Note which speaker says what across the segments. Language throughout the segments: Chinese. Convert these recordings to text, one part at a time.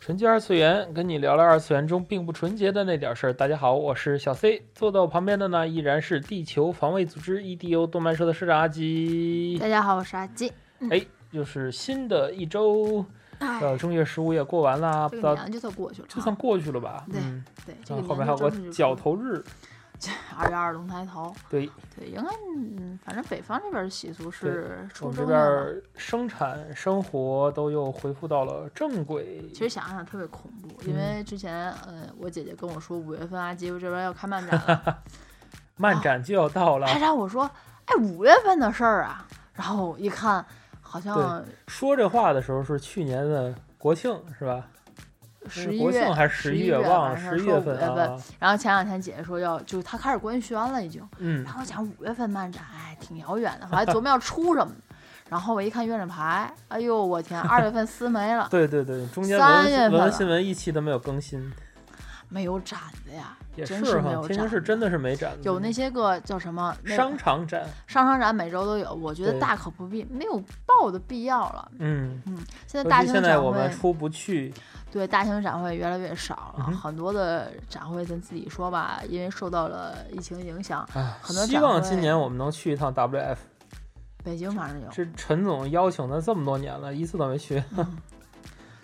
Speaker 1: 纯洁二次元，跟你聊聊二次元中并不纯洁的那点事儿。大家好，我是小 C，坐在我旁边的呢依然是地球防卫组织 EDO 动漫社的社长阿吉。
Speaker 2: 大家好，我是阿吉。
Speaker 1: 哎，就是新的一周，
Speaker 2: 哎，
Speaker 1: 呃，正月十五也过完啦，不
Speaker 2: 这
Speaker 1: 知道
Speaker 2: 个年就算过去了啊，
Speaker 1: 就算过去了吧？
Speaker 2: 对
Speaker 1: 嗯，
Speaker 2: 对，这个
Speaker 1: 然后
Speaker 2: 年
Speaker 1: 后面还有
Speaker 2: 就
Speaker 1: 个
Speaker 2: 真是
Speaker 1: 角头日，
Speaker 2: 二月二龙抬头，
Speaker 1: 对，
Speaker 2: 对，应该嗯反正北方这边的习俗是
Speaker 1: 我
Speaker 2: 初
Speaker 1: 们这
Speaker 2: 中
Speaker 1: 边儿生产生活都又恢复到了正轨。
Speaker 2: 其实想想特别恐怖，因
Speaker 1: 嗯
Speaker 2: 为之前呃，我姐姐跟我说五月份阿吉这边要开漫展 了，
Speaker 1: 漫展就要到了，
Speaker 2: 还让我说，哎，五月份的事儿啊，然后我一看好像
Speaker 1: 说这话的时候是去年的国庆是吧？
Speaker 2: 十一
Speaker 1: 国
Speaker 2: 月
Speaker 1: 庆还是十
Speaker 2: 一
Speaker 1: 一
Speaker 2: 月
Speaker 1: 忘了，
Speaker 2: 晚上
Speaker 1: 十一
Speaker 2: 说
Speaker 1: 月
Speaker 2: 五
Speaker 1: 份
Speaker 2: 月份，
Speaker 1: 啊。
Speaker 2: 然后呃前两天姐姐说要，就是她开始官宣了已经。
Speaker 1: 嗯
Speaker 2: 然，后我讲五月份漫展，哎，挺遥远的，我还琢磨要出什么。然后我一看月亮牌，哎呦我天，二月份思没了，
Speaker 1: 对对对，中间
Speaker 2: 三月
Speaker 1: 文
Speaker 2: 份
Speaker 1: 文
Speaker 2: 了
Speaker 1: 文新闻一期都没有更新，
Speaker 2: 没有展的呀，
Speaker 1: 也
Speaker 2: 真是没
Speaker 1: 哈
Speaker 2: 有，
Speaker 1: 天津
Speaker 2: 展。
Speaker 1: 市真的是没展，嗯
Speaker 2: 有那些个叫什么那个
Speaker 1: 商场展，
Speaker 2: 商场展，每周都有，我觉得
Speaker 1: 对
Speaker 2: 大可不必，没有报的必要了。
Speaker 1: 嗯，
Speaker 2: 现在
Speaker 1: 尤
Speaker 2: 大
Speaker 1: 其
Speaker 2: 型
Speaker 1: 现在
Speaker 2: 展
Speaker 1: 我们
Speaker 2: 会，
Speaker 1: 出不去，
Speaker 2: 对大型展会越来越少了，
Speaker 1: 嗯哼
Speaker 2: 很多的展会咱自己说吧，因为受到了疫情影响，
Speaker 1: 啊，
Speaker 2: 很多
Speaker 1: 希
Speaker 2: 展
Speaker 1: 望今
Speaker 2: 会
Speaker 1: 年我们能去一趟 WF，
Speaker 2: 北京反正有，
Speaker 1: 这陈总邀请咱这么多年了，一次都没去。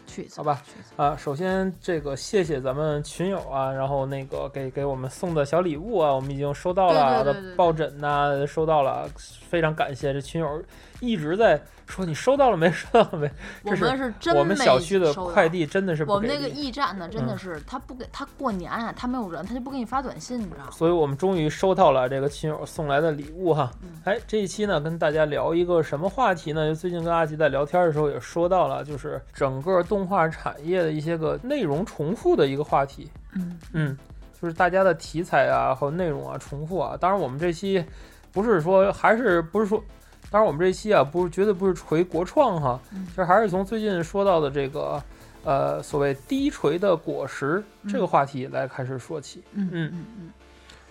Speaker 2: 去一次
Speaker 1: 好吧，
Speaker 2: 去一次
Speaker 1: 啊，首先这个谢谢咱们群友啊，然后那个给给我们送的小礼物啊，我们已经收到了啊，
Speaker 2: 对对对对对
Speaker 1: 抱枕呐、收到了，非常感谢这群友一直在说你收到了没， 收到了没？
Speaker 2: 我
Speaker 1: 这是
Speaker 2: 们是真
Speaker 1: 我们
Speaker 2: 没
Speaker 1: 小区的
Speaker 2: 收到
Speaker 1: 快递真的是
Speaker 2: 我
Speaker 1: 不
Speaker 2: 们
Speaker 1: 给
Speaker 2: 那个
Speaker 1: 力，
Speaker 2: 驿站呢，真的
Speaker 1: 嗯
Speaker 2: 是他不给他过年啊，他没有人，他就不给你发短信，你知道吗？
Speaker 1: 所以我们终于收到了这个群友送来的礼物哈
Speaker 2: 嗯。
Speaker 1: 哎，这一期呢跟大家聊一个什么话题呢？就最近跟阿吉在聊天的时候也说到了，就是整个动画产业的一些个内容重复的一个话题。
Speaker 2: 嗯，
Speaker 1: 嗯，就是大家的题材啊和内容啊重复啊。当然，我们这期不是说还是不是说，当然我们这期啊不是绝对不是锤国创哈，
Speaker 2: 嗯
Speaker 1: 其实还是从最近说到的这个呃所谓低垂的果实这个
Speaker 2: 嗯
Speaker 1: 话题来开始说起。
Speaker 2: 嗯
Speaker 1: 嗯
Speaker 2: 嗯嗯，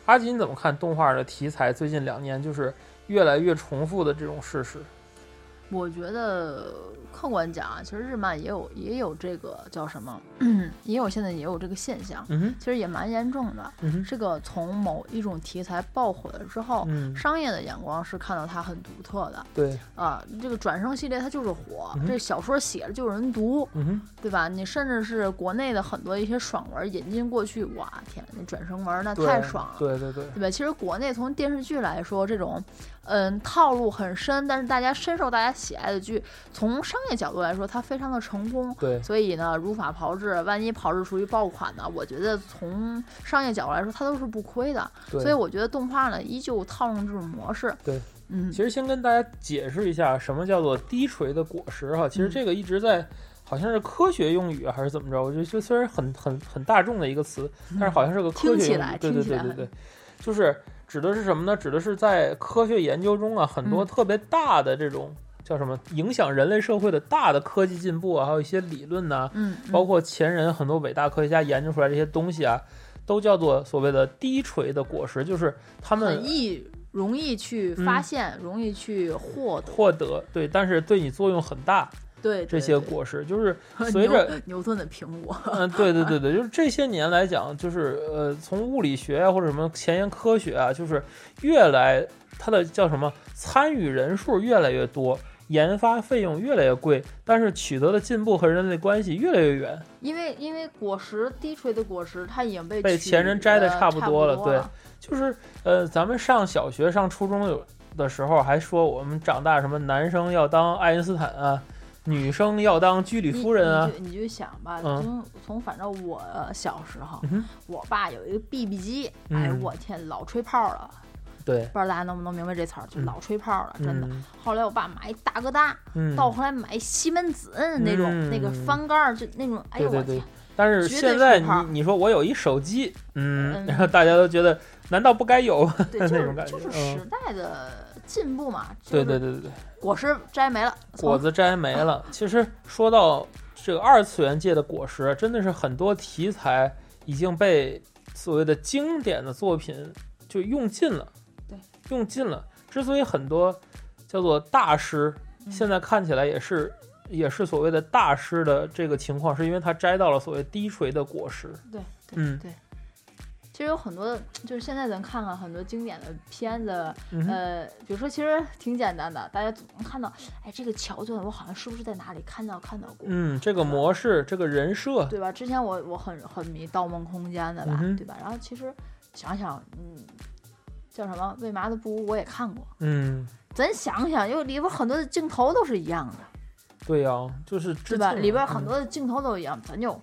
Speaker 1: 阿吉，你怎么看动画的题材最近两年就是越来越重复的这种事实？
Speaker 2: 我觉得客观讲啊，其实日漫也有也有这个叫什么，也有现在也有这个现象，
Speaker 1: 嗯哼，
Speaker 2: 其实也蛮严重的。
Speaker 1: 嗯哼，
Speaker 2: 这个从某一种题材爆火了之后，
Speaker 1: 嗯，
Speaker 2: 商业的眼光是看到它很独特的
Speaker 1: 对，
Speaker 2: 啊。这个转生系列它就是火，
Speaker 1: 嗯哼
Speaker 2: 这小说写着就有人读，
Speaker 1: 嗯哼，
Speaker 2: 对吧？你甚至是国内的很多一些爽文引进过去，哇天，那转生文那
Speaker 1: 对
Speaker 2: 太爽了。
Speaker 1: 对对对，
Speaker 2: 对吧？其实国内从电视剧来说，这种，嗯，套路很深，但是大家深受大家喜爱的剧，从商业角度来说，它非常的成功。
Speaker 1: 对，
Speaker 2: 所以呢，如法炮制，万一炮制出一爆款呢，我觉得从商业角度来说，它都是不亏的。
Speaker 1: 对
Speaker 2: 所以我觉得动画呢，依旧套用这种模式。
Speaker 1: 对，
Speaker 2: 嗯
Speaker 1: 其，实先跟大家解释一下什么叫做低垂的果实哈。其实
Speaker 2: 嗯
Speaker 1: 这个一直在好像是科学用语啊还是怎么着，我觉得这虽然很很很大众的一个词，
Speaker 2: 嗯
Speaker 1: 但是好像是个科
Speaker 2: 听
Speaker 1: 学
Speaker 2: 起
Speaker 1: 用
Speaker 2: 来
Speaker 1: 语。对
Speaker 2: 听
Speaker 1: 对
Speaker 2: 起
Speaker 1: 对
Speaker 2: 来
Speaker 1: 对
Speaker 2: 很
Speaker 1: 对，就是指的是什么呢？指的是在科学研究中啊，很多
Speaker 2: 嗯
Speaker 1: 特别大的这种。叫什么影响人类社会的大的科技进步啊，还有一些理论呐、
Speaker 2: 嗯，嗯
Speaker 1: 包括前人很多伟大科学家研究出来这些东西啊，都叫做所谓的低垂的果实，就是他们
Speaker 2: 很易容易去发
Speaker 1: 嗯
Speaker 2: 现，容易去获得。
Speaker 1: 获得对，但是对你作用很大。
Speaker 2: 对，
Speaker 1: 这
Speaker 2: 对
Speaker 1: 些
Speaker 2: 对
Speaker 1: 果实，就是随着
Speaker 2: 牛牛顿的苹果，
Speaker 1: 嗯，对对对对，就是这些年来讲，就是呃，从物理学啊或者什么前沿科学啊，就是越来它的叫什么参与人数越来越多，研发费用越来越贵，但是取得的进步和人类关系越来越远。
Speaker 2: 因为因为果实低垂的果实，它已经被
Speaker 1: 被
Speaker 2: 取
Speaker 1: 前人摘得
Speaker 2: 呃
Speaker 1: 差
Speaker 2: 差
Speaker 1: 不多
Speaker 2: 多
Speaker 1: 了对就是呃，咱们上小学、上初中有的时候还说我们长大什么男生要当爱因斯坦啊，女生要当居里
Speaker 2: 你
Speaker 1: 夫人啊，
Speaker 2: 你就你就想吧，
Speaker 1: 嗯
Speaker 2: 从从反正我小时候
Speaker 1: 嗯哼，
Speaker 2: 我爸有一个 BB 机，哎
Speaker 1: 嗯
Speaker 2: 我天，老吹泡了。
Speaker 1: 对，
Speaker 2: 不知道大家能不能明白这词儿，就
Speaker 1: 嗯
Speaker 2: 老吹泡了，真的。
Speaker 1: 嗯
Speaker 2: 后来我爸买大哥大，
Speaker 1: 嗯，
Speaker 2: 到后来买西门子那种、那个
Speaker 1: 嗯
Speaker 2: 翻盖儿，就那种，哎
Speaker 1: 对
Speaker 2: 呦
Speaker 1: 对
Speaker 2: 我
Speaker 1: 对
Speaker 2: 天，。
Speaker 1: 但是
Speaker 2: 绝对
Speaker 1: 现
Speaker 2: 是
Speaker 1: 在你
Speaker 2: 泡
Speaker 1: 你说我有一手机，嗯，
Speaker 2: 嗯
Speaker 1: 然后大家都觉得难道不该有？
Speaker 2: 对，
Speaker 1: 那
Speaker 2: 就
Speaker 1: 种
Speaker 2: 是
Speaker 1: 感
Speaker 2: 就
Speaker 1: 觉
Speaker 2: 是
Speaker 1: 嗯
Speaker 2: 时代的进步嘛。
Speaker 1: 对
Speaker 2: 就
Speaker 1: 对
Speaker 2: 是
Speaker 1: 对对对，
Speaker 2: 果实摘没了，
Speaker 1: 果子摘没了。其实说到这个二次元界的果实，真的是很多题材已经被所谓的经典的作品就用尽了，
Speaker 2: 对，
Speaker 1: 用尽了。之所以很多叫做大师，
Speaker 2: 嗯
Speaker 1: 现在看起来也是。也是所谓的大师的这个情况，是因为他摘到了所谓低垂的果实。
Speaker 2: 对对、
Speaker 1: 嗯
Speaker 2: 对。其实有很多，就是现在咱看看很多经典的片子，
Speaker 1: 嗯哼，
Speaker 2: 呃，比如说其实挺简单的，大家总能看到，哎，这个桥段我好像是不是在哪里看到看到过，
Speaker 1: 嗯，这个模式，这个人设，
Speaker 2: 对吧？之前我我很很迷《盗梦空间》的吧
Speaker 1: 嗯，哼
Speaker 2: 对吧？然后其实想想，嗯，叫什么《为嘛的不屋》我也看过，
Speaker 1: 嗯，
Speaker 2: 咱想想，因为里边很多的镜头都是一样的，
Speaker 1: 对呀、就是致
Speaker 2: 对吧？
Speaker 1: 敬
Speaker 2: 里边
Speaker 1: 嗯
Speaker 2: 很多的镜头都一样，咱就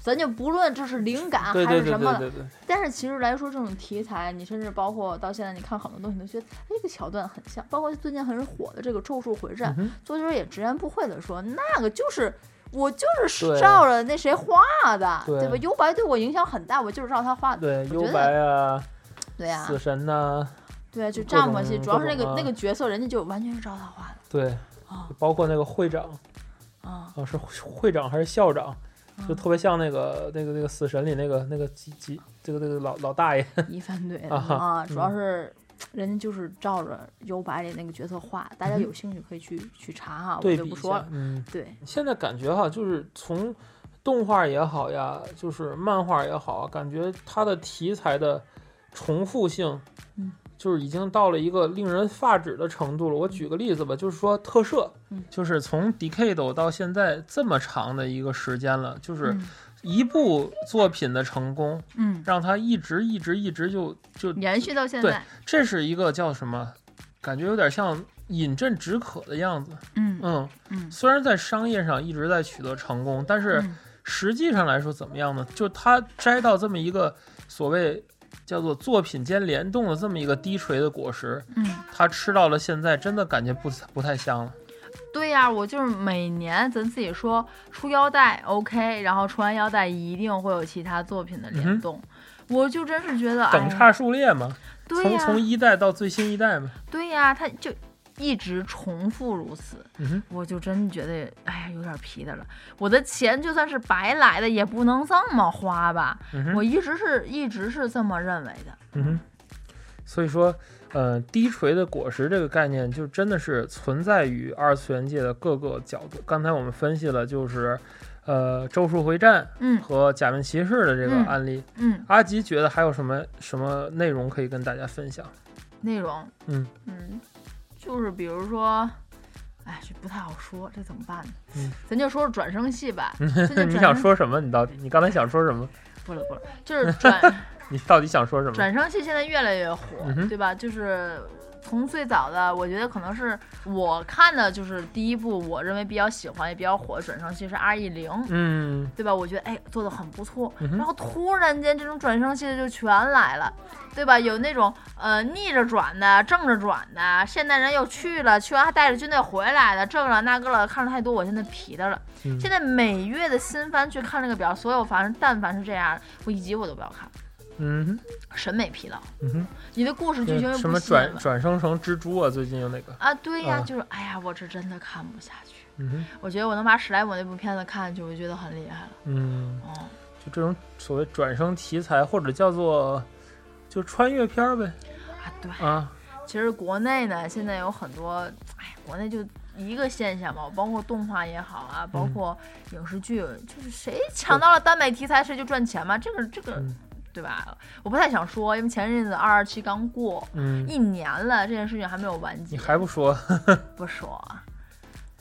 Speaker 2: 咱就不论这是灵感
Speaker 1: 对
Speaker 2: 还
Speaker 1: 对
Speaker 2: 是
Speaker 1: 对
Speaker 2: 什么
Speaker 1: 对
Speaker 2: 了，
Speaker 1: 对对，
Speaker 2: 但是其实来说，这种题材，你甚至包括到现在，你看很多东西，你都觉得哎这个桥段很像，包括最近很火的这个《咒术回战
Speaker 1: 嗯》，哼
Speaker 2: 作者也直言不讳的说，那个就是。我就是
Speaker 1: 对
Speaker 2: 照着那谁画的，
Speaker 1: 对
Speaker 2: 对吧？尤白对我影响很大，我就是照他画的。
Speaker 1: 对
Speaker 2: 觉
Speaker 1: 幽
Speaker 2: 得
Speaker 1: 白啊，
Speaker 2: 对呀、
Speaker 1: 死神呐、
Speaker 2: 对啊，就
Speaker 1: 各
Speaker 2: 这么些，
Speaker 1: 种
Speaker 2: 主要是
Speaker 1: 各
Speaker 2: 那
Speaker 1: 种
Speaker 2: 个
Speaker 1: 啊
Speaker 2: 那个角色，人家就完全是照他画的
Speaker 1: 对，
Speaker 2: 啊
Speaker 1: 包括那个会长
Speaker 2: 啊
Speaker 1: 啊，是会长还是校长，就
Speaker 2: 啊
Speaker 1: 特别像那个那个那个死神里那个那个几几这个这个老老大爷，
Speaker 2: 一番队的
Speaker 1: 啊哈
Speaker 2: 啊，主要
Speaker 1: 嗯
Speaker 2: 是人家就是照着幽白里那个角色画，大家有兴趣可以去去查哈，
Speaker 1: 嗯
Speaker 2: 我
Speaker 1: 对
Speaker 2: 就
Speaker 1: 比
Speaker 2: 不
Speaker 1: 一
Speaker 2: 说
Speaker 1: 下
Speaker 2: 了，。
Speaker 1: 嗯，
Speaker 2: 对，
Speaker 1: 现在感觉哈，就是从动画也好呀，就是漫画也好啊，感觉它的题材的重复性，
Speaker 2: 嗯，
Speaker 1: 就是已经到了一个令人发指的程度了。我举个例子吧，就是说特摄，
Speaker 2: 嗯
Speaker 1: 就是从 Decade 到现在这么长的一个时间了，就是
Speaker 2: 嗯
Speaker 1: 一部作品的成功，
Speaker 2: 嗯，
Speaker 1: 让它一直一直一直就就
Speaker 2: 延续到现
Speaker 1: 对
Speaker 2: 在，
Speaker 1: 这是一个叫什么？感觉有点像饮鸩止渴的样子。
Speaker 2: 嗯
Speaker 1: 嗯，
Speaker 2: 嗯，
Speaker 1: 虽然在商业上一直在取得成功，但是
Speaker 2: 嗯
Speaker 1: 实际上来说怎么样呢？就它摘到这么一个所谓叫做作品间联动的这么一个低垂的果实，
Speaker 2: 嗯，
Speaker 1: 它吃到了现在真的感觉不不太香了。
Speaker 2: 对呀、我就是每年咱自己说出腰带 OK，然后出完腰带一定会有其他作品的
Speaker 1: 嗯哼
Speaker 2: 联动，我就真是觉得
Speaker 1: 等
Speaker 2: 哎
Speaker 1: 差
Speaker 2: 呀，
Speaker 1: 数列嘛，
Speaker 2: 对
Speaker 1: 从
Speaker 2: 呀、
Speaker 1: 从一代到最新一代嘛。
Speaker 2: 对呀、他就一直重复如此，
Speaker 1: 嗯哼，
Speaker 2: 我就真觉得哎呀有点皮的了，我的钱就算是白来的也不能这么花吧，
Speaker 1: 嗯哼
Speaker 2: 我一直是一直是这么认为的，
Speaker 1: 嗯哼，所以说，呃，低垂的果实这个概念，就真的是存在于二次元界的各个角度。刚才我们分析了，就是，呃，《咒术回战》
Speaker 2: 嗯
Speaker 1: 和《假面骑士》的这个
Speaker 2: 嗯
Speaker 1: 案例。
Speaker 2: 嗯，
Speaker 1: 阿吉觉得还有什么什么内容可以跟大家分享？
Speaker 2: 内容，
Speaker 1: 嗯
Speaker 2: 嗯，就是比如说。哎，这不太好说，这怎么办呢？
Speaker 1: 嗯
Speaker 2: 咱就说说转生系 吧。最近
Speaker 1: 你
Speaker 2: 转
Speaker 1: 想
Speaker 2: 生
Speaker 1: 说什么？你到底你刚才想说什么？
Speaker 2: 不了不了，就是转
Speaker 1: 你到底想说什么？
Speaker 2: 转生系现在越来越火
Speaker 1: 嗯哼，
Speaker 2: 对吧？就是从最早的，我觉得可能是我看的就是第一部，我认为比较喜欢也比较火的转生系是 R E 零。
Speaker 1: 嗯
Speaker 2: 对吧？我觉得哎，做的很不错。
Speaker 1: 嗯哼
Speaker 2: 然后突然间，这种转生系的就全来了，对吧？有那种呃逆着转的、正着转的，现代人又去了，去完还带着军队回来的，这个了那个了，看了太多，我现在皮的了。
Speaker 1: 嗯
Speaker 2: 现在每月的新番去看这个表，所有凡但凡是这样的，我一集我都不要看。
Speaker 1: 嗯哼
Speaker 2: 审美疲劳，
Speaker 1: 嗯哼
Speaker 2: 你的故事剧情
Speaker 1: 那
Speaker 2: 又
Speaker 1: 什
Speaker 2: 不
Speaker 1: 么
Speaker 2: 吸引
Speaker 1: 转
Speaker 2: 了
Speaker 1: 转生成蜘蛛啊？最近有哪个？
Speaker 2: 啊？对呀、
Speaker 1: 啊
Speaker 2: 就是哎呀，我这真的看不下去。
Speaker 1: 嗯哼
Speaker 2: 我觉得我能把史莱姆那部片子看下去，我就觉得很厉害了。
Speaker 1: 嗯，
Speaker 2: 哦，
Speaker 1: 就这种所谓转生题材，或者叫做就穿越片儿呗
Speaker 2: 啊对，
Speaker 1: 啊，
Speaker 2: 其实国内呢，现在有很多，哎，国内就一个现象嘛，包括动画也好啊，
Speaker 1: 嗯
Speaker 2: 包括影视剧，就是谁抢到了耽美题材，谁就赚钱嘛。这个这个
Speaker 1: 嗯，
Speaker 2: 对吧？我不太想说，因为前阵子二二七刚过。
Speaker 1: 嗯，
Speaker 2: 一年了，这件事情还没有完结
Speaker 1: 你。还不说，
Speaker 2: 不说。啊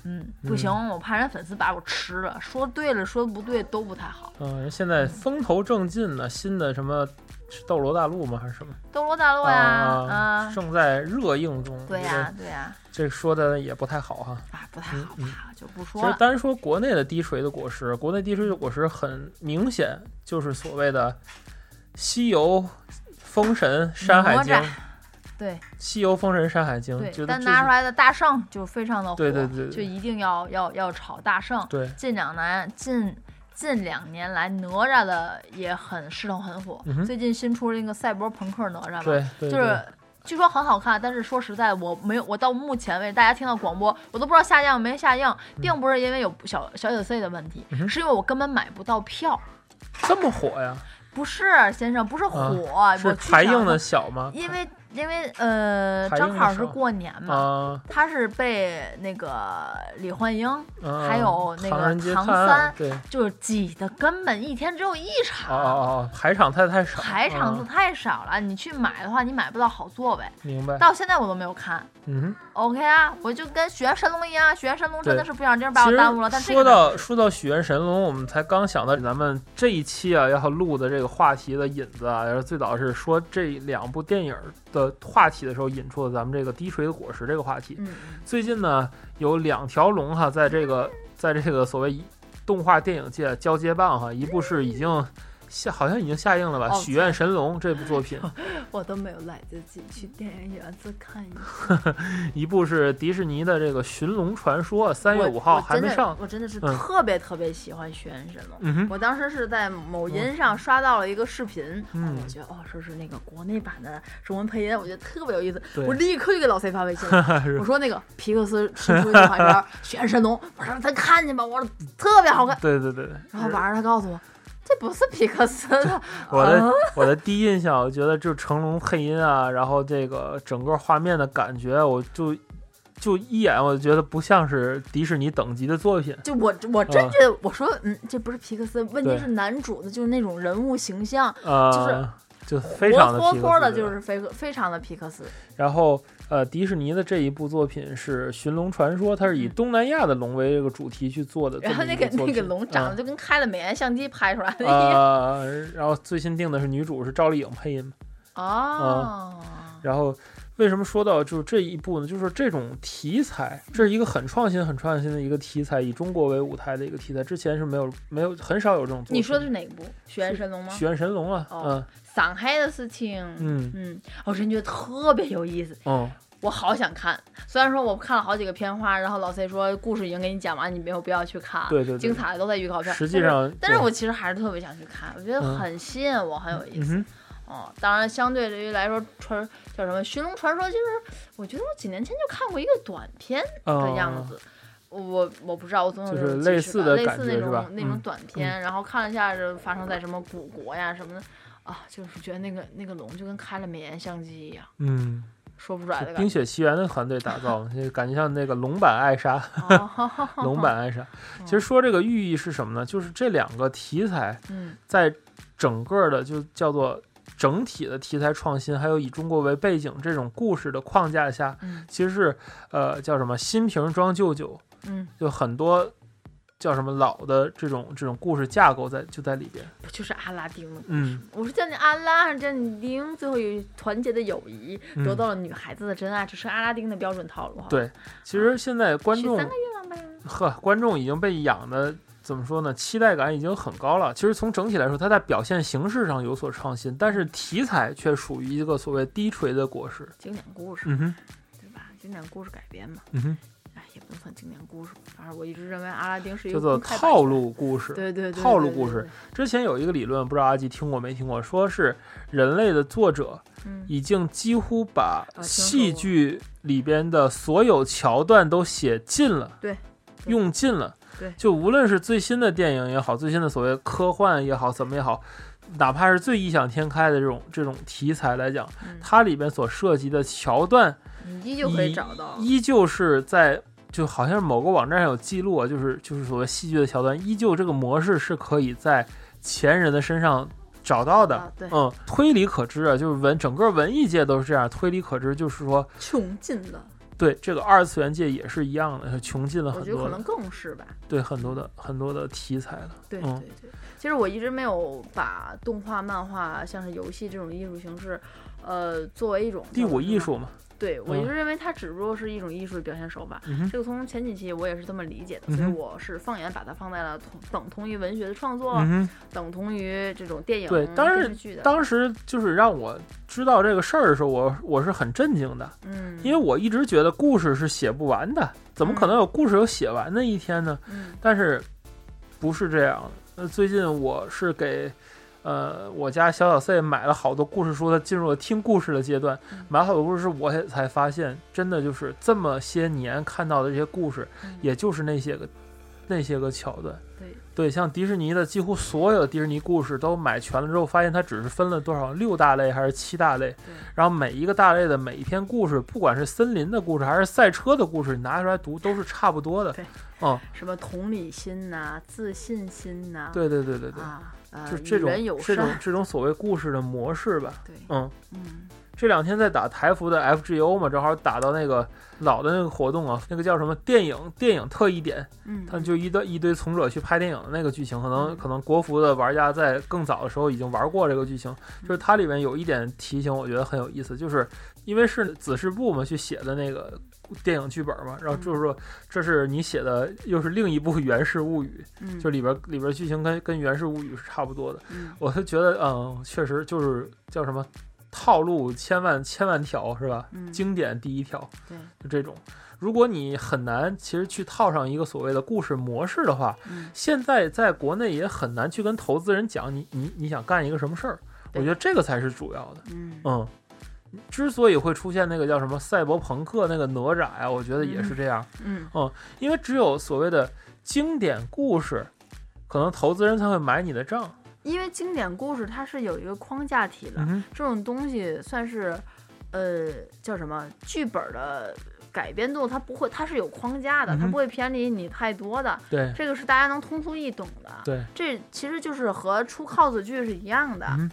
Speaker 2: 嗯，不行，我怕人粉丝把我吃了。说对了，说不对都不太好。
Speaker 1: 嗯，人现在风头正劲呢，新的什么是《斗罗大陆》吗？还是什么？
Speaker 2: 斗罗大陆呀，啊，
Speaker 1: 正在热映中。
Speaker 2: 对
Speaker 1: 我觉得
Speaker 2: 呀，对呀，
Speaker 1: 这说的也不太好哈。
Speaker 2: 啊，不
Speaker 1: 嗯
Speaker 2: 太好吧，就不
Speaker 1: 其
Speaker 2: 说
Speaker 1: 实
Speaker 2: 了。
Speaker 1: 单说国内的低垂的果实，国内低垂的果实很明显就是所谓的《西游》《封神》《山海经
Speaker 2: 哪吒》对
Speaker 1: 西游封神山海经
Speaker 2: 对》，
Speaker 1: 觉得
Speaker 2: 但
Speaker 1: 这
Speaker 2: 拿出
Speaker 1: 是
Speaker 2: 来的大圣就非常的火，
Speaker 1: 对对对对
Speaker 2: 就一定要要要炒大圣。
Speaker 1: 对，
Speaker 2: 近两年近近两年来，哪吒的也很势头很火。
Speaker 1: 嗯哼
Speaker 2: 最近新出了一个赛博朋克哪吒嘛，
Speaker 1: 对对，
Speaker 2: 就
Speaker 1: 对
Speaker 2: 是据说很好看，但是说实在，我没有，我到目前为止，大家听到广播，我都不知道下映没下映，并不是因为有小小小 C 的问题，
Speaker 1: 嗯嗯哼
Speaker 2: 是因为我根本买不到票。
Speaker 1: 这么火呀？
Speaker 2: 不是先生，不是火，我
Speaker 1: 啊是
Speaker 2: 去
Speaker 1: 排
Speaker 2: 想
Speaker 1: 映的
Speaker 2: 了，
Speaker 1: 小吗？
Speaker 2: 啊因为因为呃，
Speaker 1: 排映
Speaker 2: 正
Speaker 1: 的
Speaker 2: 好
Speaker 1: 时
Speaker 2: 是
Speaker 1: 候
Speaker 2: 过年嘛，
Speaker 1: 啊，
Speaker 2: 他是被那个李焕英
Speaker 1: 啊
Speaker 2: 还有那个
Speaker 1: 唐人街
Speaker 2: 唐
Speaker 1: 探案
Speaker 2: 三
Speaker 1: 对，哦
Speaker 2: 就是挤的，根本一天只有一
Speaker 1: 哦
Speaker 2: 场，
Speaker 1: 哦，排场太太少，
Speaker 2: 排场
Speaker 1: 啊
Speaker 2: 太少了，你去买的话，你买不到好座位，
Speaker 1: 明白，
Speaker 2: 到现在我都没有看。
Speaker 1: 嗯哼。
Speaker 2: OK 啊，我就跟学神龙一样，学神龙真的
Speaker 1: 对
Speaker 2: 是不想这样把
Speaker 1: 其
Speaker 2: 我
Speaker 1: 实
Speaker 2: 耽误了。但这
Speaker 1: 说
Speaker 2: 个
Speaker 1: 到说到许愿神龙，我们才刚想到咱们这一期啊要录的这个话题的引子啊，然后最早是说这两部电影的话题的时候引出了咱们这个低垂的果实这个话题。
Speaker 2: 嗯，
Speaker 1: 最近呢，有两条龙哈，在这个在这个所谓动画电影界交接棒哈，一部是已经下好像已经下映了吧，
Speaker 2: 哦
Speaker 1: 《许愿神龙》这部作 品，
Speaker 2: 我都没有来得及去电影院子看一下。
Speaker 1: 一部是迪士尼的这个《寻龙传说》，三月
Speaker 2: 我
Speaker 1: 五号
Speaker 2: 我
Speaker 1: 还没
Speaker 2: 真的
Speaker 1: 上。
Speaker 2: 我真的是
Speaker 1: 嗯
Speaker 2: 特别特别喜欢学神龙。
Speaker 1: 嗯哼，
Speaker 2: 我当时是在某音上刷到了一个视频，
Speaker 1: 嗯
Speaker 2: 我觉得哦，说是那个国内版的中文配音，我觉得特别有意思，
Speaker 1: 对
Speaker 2: 我立刻就给老 C 发微信 了
Speaker 1: 是，
Speaker 2: 我说那个皮克斯新出一动画片 《选神龙》，我说咱看去吧，我说特别好看。
Speaker 1: 对对对，对
Speaker 2: 然后晚上他告诉我，这不是皮克斯 的，
Speaker 1: 我的
Speaker 2: 啊
Speaker 1: 我的第一印象，我觉得就是成龙配音啊，然后这个整个画面的感觉，我就就一眼我就觉得不像是迪士尼等级的作品。
Speaker 2: 就我我真
Speaker 1: 啊
Speaker 2: 觉得，我说嗯，这不是皮克斯，问题
Speaker 1: 对
Speaker 2: 是男主的就是那种人物形象，
Speaker 1: 呃，就是非
Speaker 2: 活
Speaker 1: 常的
Speaker 2: 脱
Speaker 1: 皮克
Speaker 2: 脱的
Speaker 1: 斯
Speaker 2: 就是非非常的皮克斯。
Speaker 1: 然后呃，迪士尼的这一部作品是《寻龙传说》，它是以
Speaker 2: 嗯
Speaker 1: 东南亚的龙为这个主题去做的这
Speaker 2: 然后
Speaker 1: 么
Speaker 2: 那
Speaker 1: 一
Speaker 2: 个
Speaker 1: 作
Speaker 2: 那
Speaker 1: 品。啊嗯
Speaker 2: 个龙长得就跟开了美颜相机拍出来的一样。
Speaker 1: 呃，然后最新定的是女主是赵丽颖配音嘛。啊
Speaker 2: 哦，
Speaker 1: 然后为什么说到就是这一部呢？就是这种题材，这是一个很创新、很创新的一个题材，以中国为舞台的一个题材，之前是没有没有很少有这种作品。
Speaker 2: 你说的是哪部《血神龙》吗
Speaker 1: 《？许愿神龙》啊？
Speaker 2: 哦上海的事情。
Speaker 1: 嗯
Speaker 2: 嗯，我真觉得特别有意思，
Speaker 1: 嗯嗯，
Speaker 2: 我好想看。虽然说我看了好几个片花，然后老 C 说故事已经给你讲完，你没有必要去看，
Speaker 1: 对对对
Speaker 2: 精彩的都在预告片。
Speaker 1: 实际
Speaker 2: 但是
Speaker 1: 上，
Speaker 2: 但是
Speaker 1: 对
Speaker 2: 我其实还是特别想去看，我觉得
Speaker 1: 嗯
Speaker 2: 很吸引我，很有意
Speaker 1: 嗯
Speaker 2: 思。
Speaker 1: 哼，
Speaker 2: 哦，当然，相对于来说，传叫什么《寻龙传说》，其实我觉得我几年前就看过一个短片的
Speaker 1: 呃
Speaker 2: 样子。我我不知道，我总有
Speaker 1: 就
Speaker 2: 这
Speaker 1: 是
Speaker 2: 种
Speaker 1: 类
Speaker 2: 既视
Speaker 1: 似
Speaker 2: 感
Speaker 1: 的
Speaker 2: 类
Speaker 1: 感
Speaker 2: 似那
Speaker 1: 觉是
Speaker 2: 种
Speaker 1: 吧
Speaker 2: 那种
Speaker 1: 嗯
Speaker 2: 短片，然后看了一下就发生在什么古国呀什么的，啊，就是觉得那个那个龙就跟开了美颜相机一样，
Speaker 1: 嗯，
Speaker 2: 说不出来的
Speaker 1: 《
Speaker 2: 感
Speaker 1: 冰
Speaker 2: 觉。
Speaker 1: 雪奇缘》的团队打造嘛，就感觉像那个龙版艾 莎。
Speaker 2: 哦
Speaker 1: 龙版艾莎。其实说这个寓意是什么呢？就是这两个题材
Speaker 2: 嗯
Speaker 1: 在整个的就叫做整体的题材创新，还有以中国为背景这种故事的框架下，
Speaker 2: 嗯
Speaker 1: 其实是呃叫什么新瓶装旧酒，
Speaker 2: 嗯，
Speaker 1: 就很多。叫什么老的这种这种故事架构在就在里边，
Speaker 2: 不就是阿拉丁吗？
Speaker 1: 嗯，
Speaker 2: 我是叫你阿拉，还是叫你丁？最后有团结的友谊，
Speaker 1: 嗯
Speaker 2: 得到了女孩子的真爱，这是阿拉丁的标准套路。好吧
Speaker 1: 对其实现在观
Speaker 2: 许
Speaker 1: 众
Speaker 2: 三个愿望吧。
Speaker 1: 呵，观众已经被养的怎么说呢？期待感已经很高了。其实从整体来说，它在表现形式上有所创新，但是题材却属于一个所谓低垂的果实。
Speaker 2: 经典故事，
Speaker 1: 嗯哼，
Speaker 2: 对吧？经典故事改编嘛，
Speaker 1: 嗯哼，
Speaker 2: 哎，也不能算经典故事吧。反正我一直认为阿拉丁是一
Speaker 1: 叫
Speaker 2: 个
Speaker 1: 做
Speaker 2: 公开版
Speaker 1: 套
Speaker 2: 权，
Speaker 1: 路故事。
Speaker 2: 对对对，
Speaker 1: 套
Speaker 2: 对
Speaker 1: 路故，
Speaker 2: 对
Speaker 1: 事
Speaker 2: 对
Speaker 1: 之前有一个理论，不知道阿吉听过没听过，说是人类的作者
Speaker 2: 嗯，
Speaker 1: 已经几乎把
Speaker 2: 啊听说过
Speaker 1: 戏剧里边的所有桥段都写尽了，
Speaker 2: 对对
Speaker 1: 用尽了。
Speaker 2: 对
Speaker 1: 就无论是最新的电影也好，最新的所谓科幻也好，怎么也好，哪怕是最异想天开的这种这种题材来讲，
Speaker 2: 嗯
Speaker 1: 它里边所涉及的桥段
Speaker 2: 你依旧可以找到。
Speaker 1: 依旧是在。就好像某个网站上有记录啊，就是就是所谓戏剧的桥段，依旧这个模式是可以在前人的身上找到的。
Speaker 2: 啊对
Speaker 1: 嗯，推理可知啊，就是文整个文艺界都是这样，推理可知就是说，
Speaker 2: 穷尽了，
Speaker 1: 对这个二次元界也是一样的，是穷尽了
Speaker 2: 我
Speaker 1: 很
Speaker 2: 觉得可
Speaker 1: 多
Speaker 2: 能
Speaker 1: 的，
Speaker 2: 更是吧。
Speaker 1: 对很多的很多的题材了。
Speaker 2: 对对
Speaker 1: 嗯
Speaker 2: 对，其实我一直没有把动画、漫画，像是游戏这种艺术形式，呃，作为一种
Speaker 1: 第
Speaker 2: 叫
Speaker 1: 五
Speaker 2: 什
Speaker 1: 艺
Speaker 2: 么
Speaker 1: 术嘛，
Speaker 2: 对，我就
Speaker 1: 嗯
Speaker 2: 认为它只不过是一种艺术的表现手法。
Speaker 1: 嗯哼
Speaker 2: 这个从前几期我也是这么理解的，所以
Speaker 1: 嗯哼
Speaker 2: 我是放眼把它放在了同等同于文学的创作，
Speaker 1: 嗯哼，
Speaker 2: 等同于这种电影、
Speaker 1: 对当然
Speaker 2: 电视剧的。
Speaker 1: 当时就是让我知道这个事儿的时候，我我是很震惊的，
Speaker 2: 嗯，
Speaker 1: 因为我一直觉得故事是写不完的，怎么可能有故事有写完的一天呢？
Speaker 2: 嗯
Speaker 1: 但是不是这样的。呃，最近我是给呃我家小小 C 买了好多故事书，他进入了听故事的阶段
Speaker 2: 嗯，
Speaker 1: 买了好多故事书，我也才发现，真的就是这么些年看到的这些故事，
Speaker 2: 嗯
Speaker 1: 也就是那些个那些个桥段。
Speaker 2: 对
Speaker 1: 对，像迪士尼的几乎所有的迪士尼故事都买全了之后，发现它只是分了多少六大类还是七大类，然后每一个大类的每一篇故事，不管是森林的故事还是赛车的故事，你拿出来读都是差不多的。
Speaker 2: 对
Speaker 1: 嗯，
Speaker 2: 什么同理心呐、自信心呐、
Speaker 1: 对对对对对，
Speaker 2: 啊，呃，
Speaker 1: 就这
Speaker 2: 与
Speaker 1: 种
Speaker 2: 人友
Speaker 1: 这种
Speaker 2: 善，
Speaker 1: 这种所谓故事的模式吧。
Speaker 2: 对，
Speaker 1: 嗯，
Speaker 2: 嗯
Speaker 1: 这两天在打台服的 FGO 嘛，正好打到那个老的那个活动啊，那个叫什么电影电影特一点，
Speaker 2: 嗯，
Speaker 1: 他们就一堆一堆从者去拍电影的那个剧情，可能
Speaker 2: 嗯
Speaker 1: 可能国服的玩家在更早的时候已经玩过这个剧情，
Speaker 2: 嗯
Speaker 1: 就是它里面有一点提醒，我觉得很有意思，就是因为是子事部嘛去写的那个电影剧本嘛，然后就是
Speaker 2: 嗯
Speaker 1: 说这是你写的又是另一部《源氏物语》，
Speaker 2: 嗯
Speaker 1: 就里边里边剧情跟跟《源氏物语》是差不多的，
Speaker 2: 嗯
Speaker 1: 我就觉得嗯，确实就是叫什么套路千万千万条是吧？
Speaker 2: 嗯
Speaker 1: 经典第一条。
Speaker 2: 对，
Speaker 1: 就这种。如果你很难，其实去套上一个所谓的故事模式的话，
Speaker 2: 嗯
Speaker 1: 现在在国内也很难去跟投资人讲你你你想干一个什么事儿。我
Speaker 2: 对
Speaker 1: 觉得这个才是主要的。
Speaker 2: 嗯
Speaker 1: 嗯，之所以会出现那个叫什么赛博朋克那个哪吒呀，我觉得也是这样，
Speaker 2: 嗯
Speaker 1: 因为只有所谓的经典故事，可能投资人才会买你的账。
Speaker 2: 因为经典故事它是有一个框架体的，
Speaker 1: 嗯
Speaker 2: 这种东西算是，呃，叫什么剧本的改编度，它不会，它是有框架的，
Speaker 1: 嗯
Speaker 2: 它
Speaker 1: 哼
Speaker 2: 不会偏离你太多的，
Speaker 1: 对
Speaker 2: 这个是大家能通俗易懂的。
Speaker 1: 对，
Speaker 2: 这其实就是和出 cos 剧是一样的。
Speaker 1: 嗯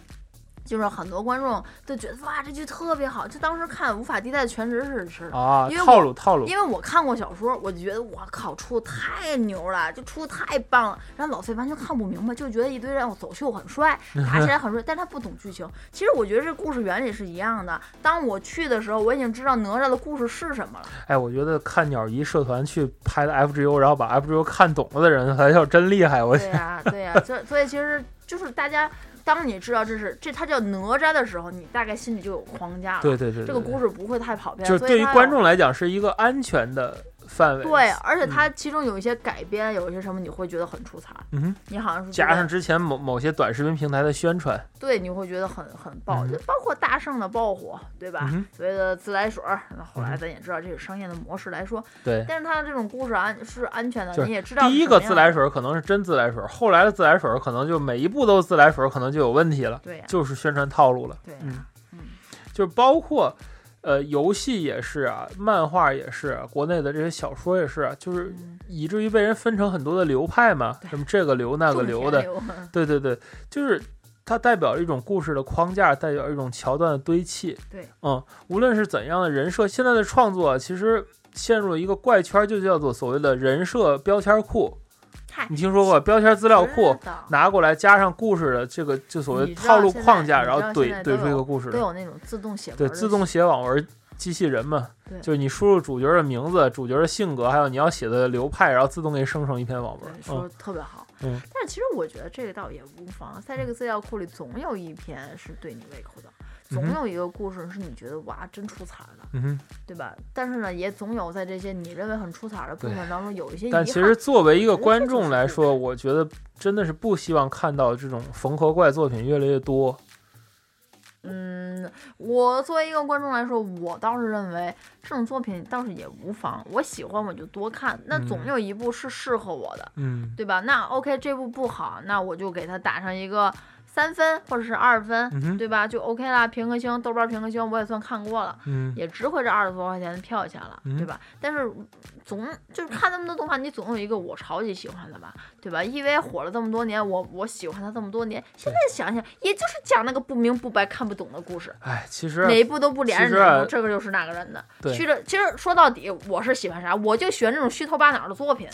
Speaker 2: 就是很多观众都觉得哇，这剧特别好，就当时看《无法替代的全职》是是的，
Speaker 1: 啊，
Speaker 2: 因为我
Speaker 1: 套路套路
Speaker 2: 因为我看过小说，我就觉得我靠，出的太牛了，就出的太棒了。然后老费完全看不明白，就觉得一堆人我走秀 很帅，打起来很帅，但他不懂剧情。其实我觉得这故事原理是一样的。当我去的时候，我已经知道哪吒的故事是什么了。
Speaker 1: 哎，我觉得看鸟仪社团去拍的 FGO，然后把 FGO 看懂了的人才叫真厉害。我
Speaker 2: 对呀、对呀、所以所以其实就是大家，当你知道这是这他叫哪吒的时候，你大概心里就有框架了。
Speaker 1: 对对对，
Speaker 2: 这个
Speaker 1: 对
Speaker 2: 故事不会太跑偏，
Speaker 1: 就是
Speaker 2: 所以
Speaker 1: 对于
Speaker 2: 它
Speaker 1: 观
Speaker 2: 有
Speaker 1: 众来讲是一个安全的范围。
Speaker 2: 对，而且
Speaker 1: 嗯
Speaker 2: 它其中有一些改编，有一些什么你会觉得很出彩，
Speaker 1: 嗯哼，
Speaker 2: 你好像是觉
Speaker 1: 加
Speaker 2: 得
Speaker 1: 上之前某某些短视频平台的宣传，
Speaker 2: 对，你会觉得很很爆，
Speaker 1: 嗯
Speaker 2: 就包括大圣的爆火，对吧
Speaker 1: 嗯？哼，
Speaker 2: 所谓的自来水儿，那后
Speaker 1: 嗯
Speaker 2: 来
Speaker 1: 哼
Speaker 2: 咱也知道这是商业的模式来说，
Speaker 1: 对。
Speaker 2: 但是它的这种故事安是安全
Speaker 1: 就
Speaker 2: 的，
Speaker 1: 是
Speaker 2: 你也知道
Speaker 1: 第
Speaker 2: 是
Speaker 1: 一
Speaker 2: 什
Speaker 1: 个
Speaker 2: 么
Speaker 1: 自
Speaker 2: 样
Speaker 1: 来
Speaker 2: 的，
Speaker 1: 水可能是真自来水，后来的自来水可能就每一步都是自来水，可能就有问题了，
Speaker 2: 对呀
Speaker 1: 就是宣传套路了。
Speaker 2: 对呀
Speaker 1: 嗯
Speaker 2: 嗯，
Speaker 1: 就是包括呃游戏也是啊，漫画也是啊、国内的这些小说也是啊，就是
Speaker 2: 嗯
Speaker 1: 以至于被人分成很多的流派嘛，什么这个流那个
Speaker 2: 种
Speaker 1: 流
Speaker 2: 田
Speaker 1: 的，
Speaker 2: 流
Speaker 1: 对对对，就是它代表一种故事的框架，代表一种桥段的堆砌。
Speaker 2: 对，
Speaker 1: 嗯，无论是怎样的人设，现在的创作啊其实陷入了一个怪圈，就叫做所谓的人设标签库。
Speaker 2: 嗨
Speaker 1: 你听说过标签资料库
Speaker 2: 知？道
Speaker 1: 拿过来加上故事的这个，就所谓
Speaker 2: 你知道
Speaker 1: 套路
Speaker 2: 现在
Speaker 1: 框架，
Speaker 2: 你知
Speaker 1: 然后
Speaker 2: 道
Speaker 1: 怼
Speaker 2: 现在都
Speaker 1: 怼出一
Speaker 2: 有
Speaker 1: 个故事
Speaker 2: 都
Speaker 1: 来。
Speaker 2: 有那种自动写文
Speaker 1: 对，
Speaker 2: 儿的
Speaker 1: 自动写网文机器人嘛
Speaker 2: 对，
Speaker 1: 就是你输入主角的名字、主角的性格，还有你要写的流派，然后自动给你生成一篇网文
Speaker 2: 对。说
Speaker 1: 嗯
Speaker 2: 得特别好。
Speaker 1: 嗯
Speaker 2: 但是其实我觉得这个倒也无妨，在这个资料库里总有一篇是对你胃口的，
Speaker 1: 嗯
Speaker 2: 总
Speaker 1: 哼
Speaker 2: 有一个故事是你觉得哇真出彩了，
Speaker 1: 嗯哼。
Speaker 2: 对吧？但是呢，也总有在这些你认为很出彩的部
Speaker 1: 对
Speaker 2: 分当中有一些遗
Speaker 1: 但
Speaker 2: 憾。
Speaker 1: 其实作为一个
Speaker 2: 我觉得
Speaker 1: 观
Speaker 2: 这就
Speaker 1: 众
Speaker 2: 是
Speaker 1: 来
Speaker 2: 故
Speaker 1: 说，我觉得真的是不希望看到这种缝合怪作品越来越多。
Speaker 2: 嗯，我作为一个观众来说，我倒是认为这种作品倒是也无妨，我喜欢我就多看，那总
Speaker 1: 嗯
Speaker 2: 有一部是适合我的。
Speaker 1: 嗯
Speaker 2: 对吧？那 OK，这部不好，那我就给它打上一个三分或者是二分，
Speaker 1: 嗯哼
Speaker 2: 对吧？就 OK 啦，评个星，豆瓣评个星，我也算看过了，
Speaker 1: 嗯，
Speaker 2: 也值回这二十多块钱的票钱了，
Speaker 1: 嗯
Speaker 2: 对吧？但是总就是看那么多动画，你总有一个我超级喜欢的吧，对吧？EVA 火了这么多年，我我喜欢它这么多年，现在想想，也就是讲那个不明不白、看不懂的故事。
Speaker 1: 哎，其
Speaker 2: 哪一
Speaker 1: 实
Speaker 2: 部都不连
Speaker 1: 其
Speaker 2: 着
Speaker 1: 实啊
Speaker 2: 哪部，这个就是那个人的。
Speaker 1: 对
Speaker 2: 虚着，其实说到底，我是喜欢啥，我就喜欢这种虚头巴脑的作品，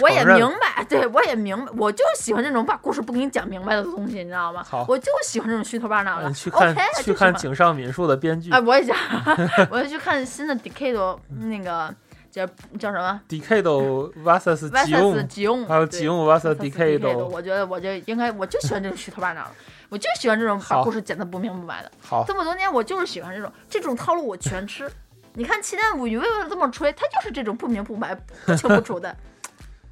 Speaker 2: 我也
Speaker 1: 承认
Speaker 2: 明白，对我也明白，我就喜欢这种把故事不给你讲明白的东西，你知道吗
Speaker 1: 好？
Speaker 2: 我就喜欢这种虚头巴脑的。
Speaker 1: 你嗯去看
Speaker 2: OK，
Speaker 1: 去
Speaker 2: 就喜
Speaker 1: 看
Speaker 2: 欢
Speaker 1: 井上敏树的编剧
Speaker 2: 哎，我也想， 我要去看新的 Decade 那个叫叫什么
Speaker 1: Decade vs
Speaker 2: v
Speaker 1: 吉
Speaker 2: s s
Speaker 1: 用，
Speaker 2: 吉翁，
Speaker 1: 还有
Speaker 2: 对
Speaker 1: 吉用 vs
Speaker 2: Decade，
Speaker 1: Decade。
Speaker 2: 我觉得我就应该，我就喜欢这种虚头巴脑的，我就喜欢这种把
Speaker 1: 好
Speaker 2: 故事讲的不明不白的。
Speaker 1: 好，
Speaker 2: 这么多年，我就是喜欢这种这种套路，我全吃。你看《奇蛋物语》为什么这么吹？它就是这种不明不白、不清不楚 的。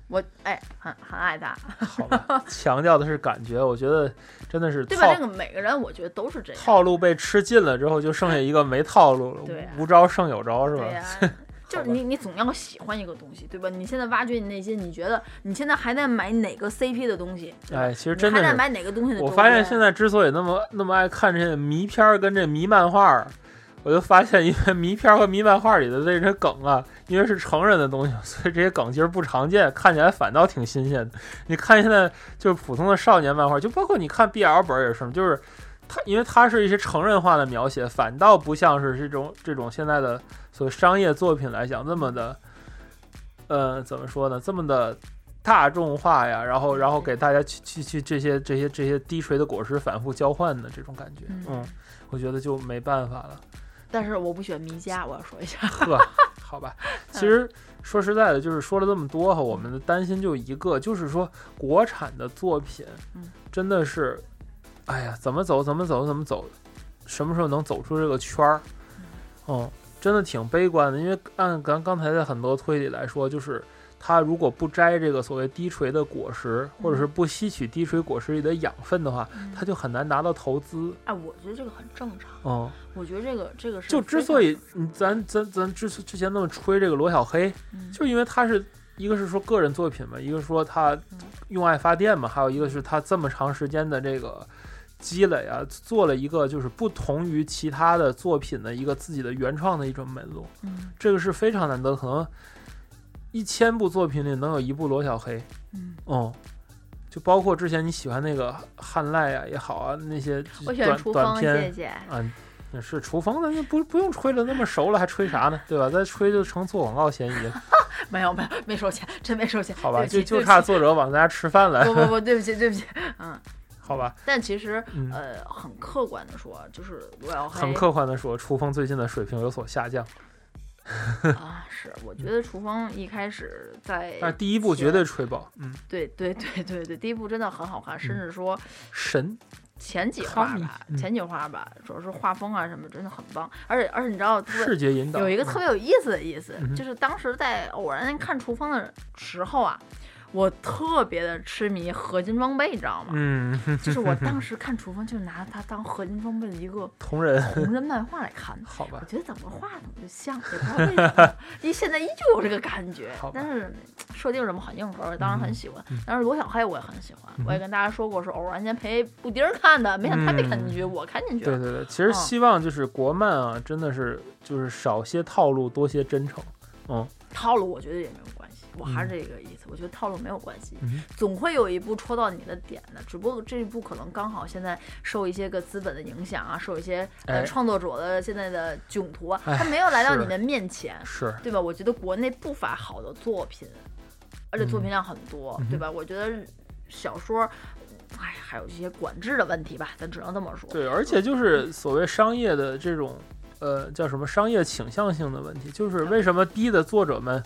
Speaker 2: 我哎，很很爱它，
Speaker 1: 好 吧，强调的是感觉，我觉得真的是
Speaker 2: 对吧？
Speaker 1: 套
Speaker 2: 这个每个人我觉得都是这样，
Speaker 1: 套路被吃尽了之后，就剩下一个没套路了
Speaker 2: 对啊，
Speaker 1: 无招胜有招是
Speaker 2: 对啊
Speaker 1: 吧？
Speaker 2: 呀、 就是你，你总要喜欢一个东西，对吧？你现在挖掘你内心，你觉得你现在还在买哪个 CP 的东西？
Speaker 1: 哎，其实
Speaker 2: 你
Speaker 1: 真的
Speaker 2: 还在
Speaker 1: 是
Speaker 2: 买哪个东西的周
Speaker 1: 我
Speaker 2: 边？
Speaker 1: 发现现在之所以那么那么爱看这些迷片儿跟这迷漫画儿，我就发现，因为迷片儿和迷漫画儿里的这些梗啊，因为是成人的东西，所以这些梗其实不常见，看起来反倒挺新鲜的。你看现在就是普通的少年漫画，就包括你看 BL 本儿也是，就是它因为它是一些成人化的描写，反倒不像是这种这种现在的所谓商业作品来讲那么的，呃，怎么说呢，这么的。大众化呀，然后然后给大家去去去这些这些这些低垂的果实反复交换的这种感觉，
Speaker 2: 嗯
Speaker 1: 嗯，我觉得就没办法了。
Speaker 2: 但是我不喜欢迷家，我要说一下。
Speaker 1: 呵，好吧，
Speaker 2: 嗯
Speaker 1: 其实说实在的，就是说了这么多哈，我们的担心就一个，就是说国产的作品
Speaker 2: 嗯，
Speaker 1: 真的是，哎呀，怎么走怎么走怎么走，什么时候能走出这个圈儿？嗯，真的挺悲观的，因为按咱刚才的很多推理来说，就是。它如果不摘这个所谓低垂的果实，或者是不吸取低垂果实里的养分的话，它就很难拿到投资。
Speaker 2: 哎，我觉得这个很正常。
Speaker 1: 嗯，
Speaker 2: 我觉得这个这个是
Speaker 1: 就之
Speaker 2: 非常
Speaker 1: 所以嗯咱咱咱之之前那么吹这个罗小黑，
Speaker 2: 嗯
Speaker 1: 就是因为他是一个是说个人作品嘛，一个说他用爱发
Speaker 2: 嗯
Speaker 1: 电嘛，还有一个是他这么长时间的这个积累啊，做了一个就是不同于其他的作品的一个自己的原创的一种门路，
Speaker 2: 嗯
Speaker 1: 这个是非常难得，可能一千部作品里能有一部罗小黑，
Speaker 2: 嗯，
Speaker 1: 嗯。就包括之前你喜欢那个汉赖啊也好啊，那些
Speaker 2: 我喜欢
Speaker 1: 短
Speaker 2: 厨
Speaker 1: 短
Speaker 2: 房，
Speaker 1: 片，
Speaker 2: 谢谢。
Speaker 1: 啊，那是厨房的，那不不用吹了，那么熟了还吹啥呢？对吧？再吹就成做广告嫌疑了，
Speaker 2: 没有没有，没收钱，真没收钱。
Speaker 1: 好吧？
Speaker 2: 对不
Speaker 1: 就
Speaker 2: 起
Speaker 1: 就
Speaker 2: 对不
Speaker 1: 差
Speaker 2: 起
Speaker 1: 作者往咱家吃饭来，
Speaker 2: 不不 不，对不起对不起。嗯，
Speaker 1: 好吧？
Speaker 2: 但其实
Speaker 1: 嗯，
Speaker 2: 呃，很客观的说，就是罗小黑
Speaker 1: 很客观的说，厨房最近的水平有所下降，
Speaker 2: 啊，是我觉得厨房一开始在
Speaker 1: 嗯但是第一部绝对吹爆，嗯，
Speaker 2: 对对对对对，第一部真的很好看，甚至说
Speaker 1: 神，
Speaker 2: 前几画
Speaker 1: 看了
Speaker 2: 吧，
Speaker 1: 嗯
Speaker 2: 前几画吧，主要是画风啊什么真的很棒，而且而且你知道特别
Speaker 1: 视觉引导
Speaker 2: 有一个特别有意思的意思，
Speaker 1: 嗯
Speaker 2: 就是当时在偶然看《厨房》的时候啊，我特别的痴迷合金装备，你知道吗？
Speaker 1: 嗯， 嗯，
Speaker 2: 就是我当时看《厨房》，就是拿它当合金装备的一个
Speaker 1: 同人，。
Speaker 2: 同人漫画来看的
Speaker 1: 好 吧
Speaker 2: 我？觉得怎么画怎么就像，也不知道为什 么，因为现在依旧有这个感觉
Speaker 1: 好吧。
Speaker 2: 但是嗯设定什么很硬核，当然很喜欢。但是罗小黑我也很喜欢，
Speaker 1: 嗯
Speaker 2: 我也跟大家说过是偶然间陪布丁儿看的，没想到他没看进去，我看进去
Speaker 1: 对
Speaker 2: 了。
Speaker 1: 对对，其实希望就是国漫啊，真的是就是少些套路，多些真诚。嗯
Speaker 2: 套路我觉得也没有关系，我还是这个意思，我觉得套路没有关系。
Speaker 1: 嗯，
Speaker 2: 总会有一部戳到你的点的，只不过这一部可能刚好现在受一些个资本的影响啊，受一些
Speaker 1: 哎
Speaker 2: 呃创作者的现在的囧途啊，
Speaker 1: 哎
Speaker 2: 它没有来到
Speaker 1: 是
Speaker 2: 你的面前，
Speaker 1: 是，
Speaker 2: 对吧？我觉得国内不乏好的作品，而且作品量很多，
Speaker 1: 嗯哼
Speaker 2: 对吧？我觉得小说，哎，还有一些管制的问题吧，咱只能这么说。
Speaker 1: 对，而且就是所谓商业的这种，呃，叫什么商业倾向性的问题，就是为什么逼的作者们，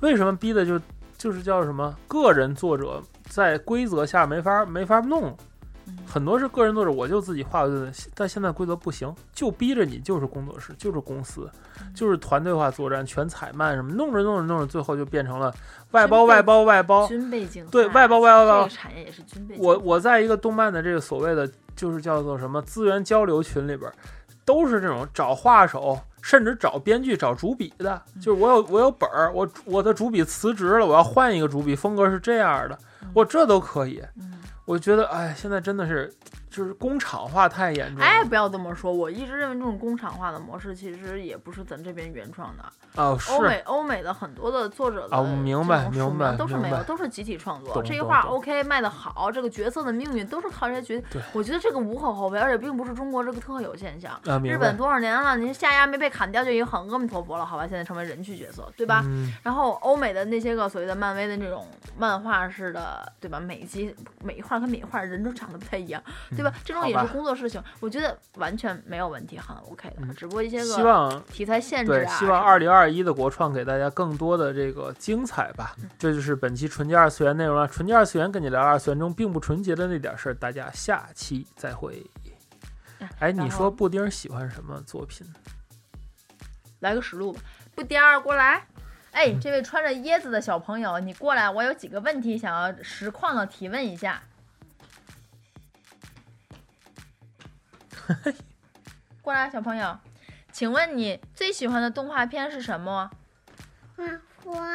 Speaker 1: 为什么逼的就就是叫什么个人作者在规则下没法没法弄
Speaker 2: 嗯，
Speaker 1: 很多是个人作者，我就自己画，但现在规则不行，就逼着你就是工作室，就是公司，就是团队化作战，全彩漫什么，弄着弄着弄着，最后就变成了外包
Speaker 2: 军备
Speaker 1: 外包外包，
Speaker 2: 军备竞赛，
Speaker 1: 哦对外包外包外包
Speaker 2: 这个产业也是军备竞赛。
Speaker 1: 我我在一个动漫的这个所谓的就是叫做什么资源交流群里边儿，都是这种找画手，甚至找编剧、找主笔的。
Speaker 2: 嗯
Speaker 1: 就是我有我有本儿，我我的主笔辞职了，我要换一个主笔，风格是这样的，我这都可以。
Speaker 2: 嗯
Speaker 1: 我觉得哎，现在真的是就是工厂化太严重了。
Speaker 2: 哎，不要这么说，我一直认为这种工厂化的模式其实也不是咱这边原创的，
Speaker 1: 哦，是
Speaker 2: 欧美欧美的很多的作者的
Speaker 1: 啊我明白
Speaker 2: 这种书
Speaker 1: 明白
Speaker 2: 名都是没
Speaker 1: 明
Speaker 2: 有，
Speaker 1: 白
Speaker 2: 都是集体创作。
Speaker 1: 懂
Speaker 2: 这个
Speaker 1: 懂
Speaker 2: 画
Speaker 1: 懂
Speaker 2: OK 卖的好，这个角色的命运都是靠这些角
Speaker 1: 对。
Speaker 2: 我觉得这个无可厚非，而且并不是中国这个特有现象。
Speaker 1: 啊，明白
Speaker 2: 日本多少年了，您下压没被砍掉就已经很阿弥陀佛了，好吧？现在成为人气角色，对吧？
Speaker 1: 嗯
Speaker 2: 然后欧美的那些个所谓的漫威的这种漫画式的，对吧？每一集每一画跟每一画人都长得不太一样，对吧？这种也
Speaker 1: 嗯好
Speaker 2: 是
Speaker 1: 吧
Speaker 2: 工作事情，我觉得完全没有问题，很 OK 的。
Speaker 1: 嗯
Speaker 2: 只不过一些
Speaker 1: 希
Speaker 2: 个
Speaker 1: 望
Speaker 2: 题材限制
Speaker 1: 对，
Speaker 2: 啊，
Speaker 1: 希望二零二一的国创给大家更多的这个精彩吧。
Speaker 2: 嗯
Speaker 1: 这就是本期纯洁二次元内容了。纯洁二次元跟你聊二次元中并不纯洁的那点事儿，大家下期再会。哎，
Speaker 2: 嗯然
Speaker 1: 你
Speaker 2: 后
Speaker 1: 说布丁儿喜欢什么作品？
Speaker 2: 来个实录吧，不颠儿过来。
Speaker 3: 哎，这位穿着椰子的小朋友，你过来，我有几个问题想要实况的提问一下。过来，小朋友，请问你最喜欢的动画片是什么？
Speaker 4: 马花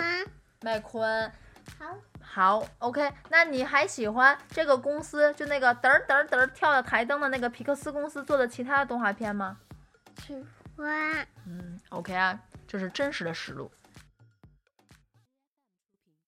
Speaker 3: 麦昆。
Speaker 4: 好
Speaker 3: 好，OK，那你还喜欢这个公司，就那个嘚儿嘚儿嘚儿跳的台灯的那个皮克斯公司做的其他的动画片吗？
Speaker 4: 喜欢
Speaker 3: 嗯，OK 啊，这是真实的实录。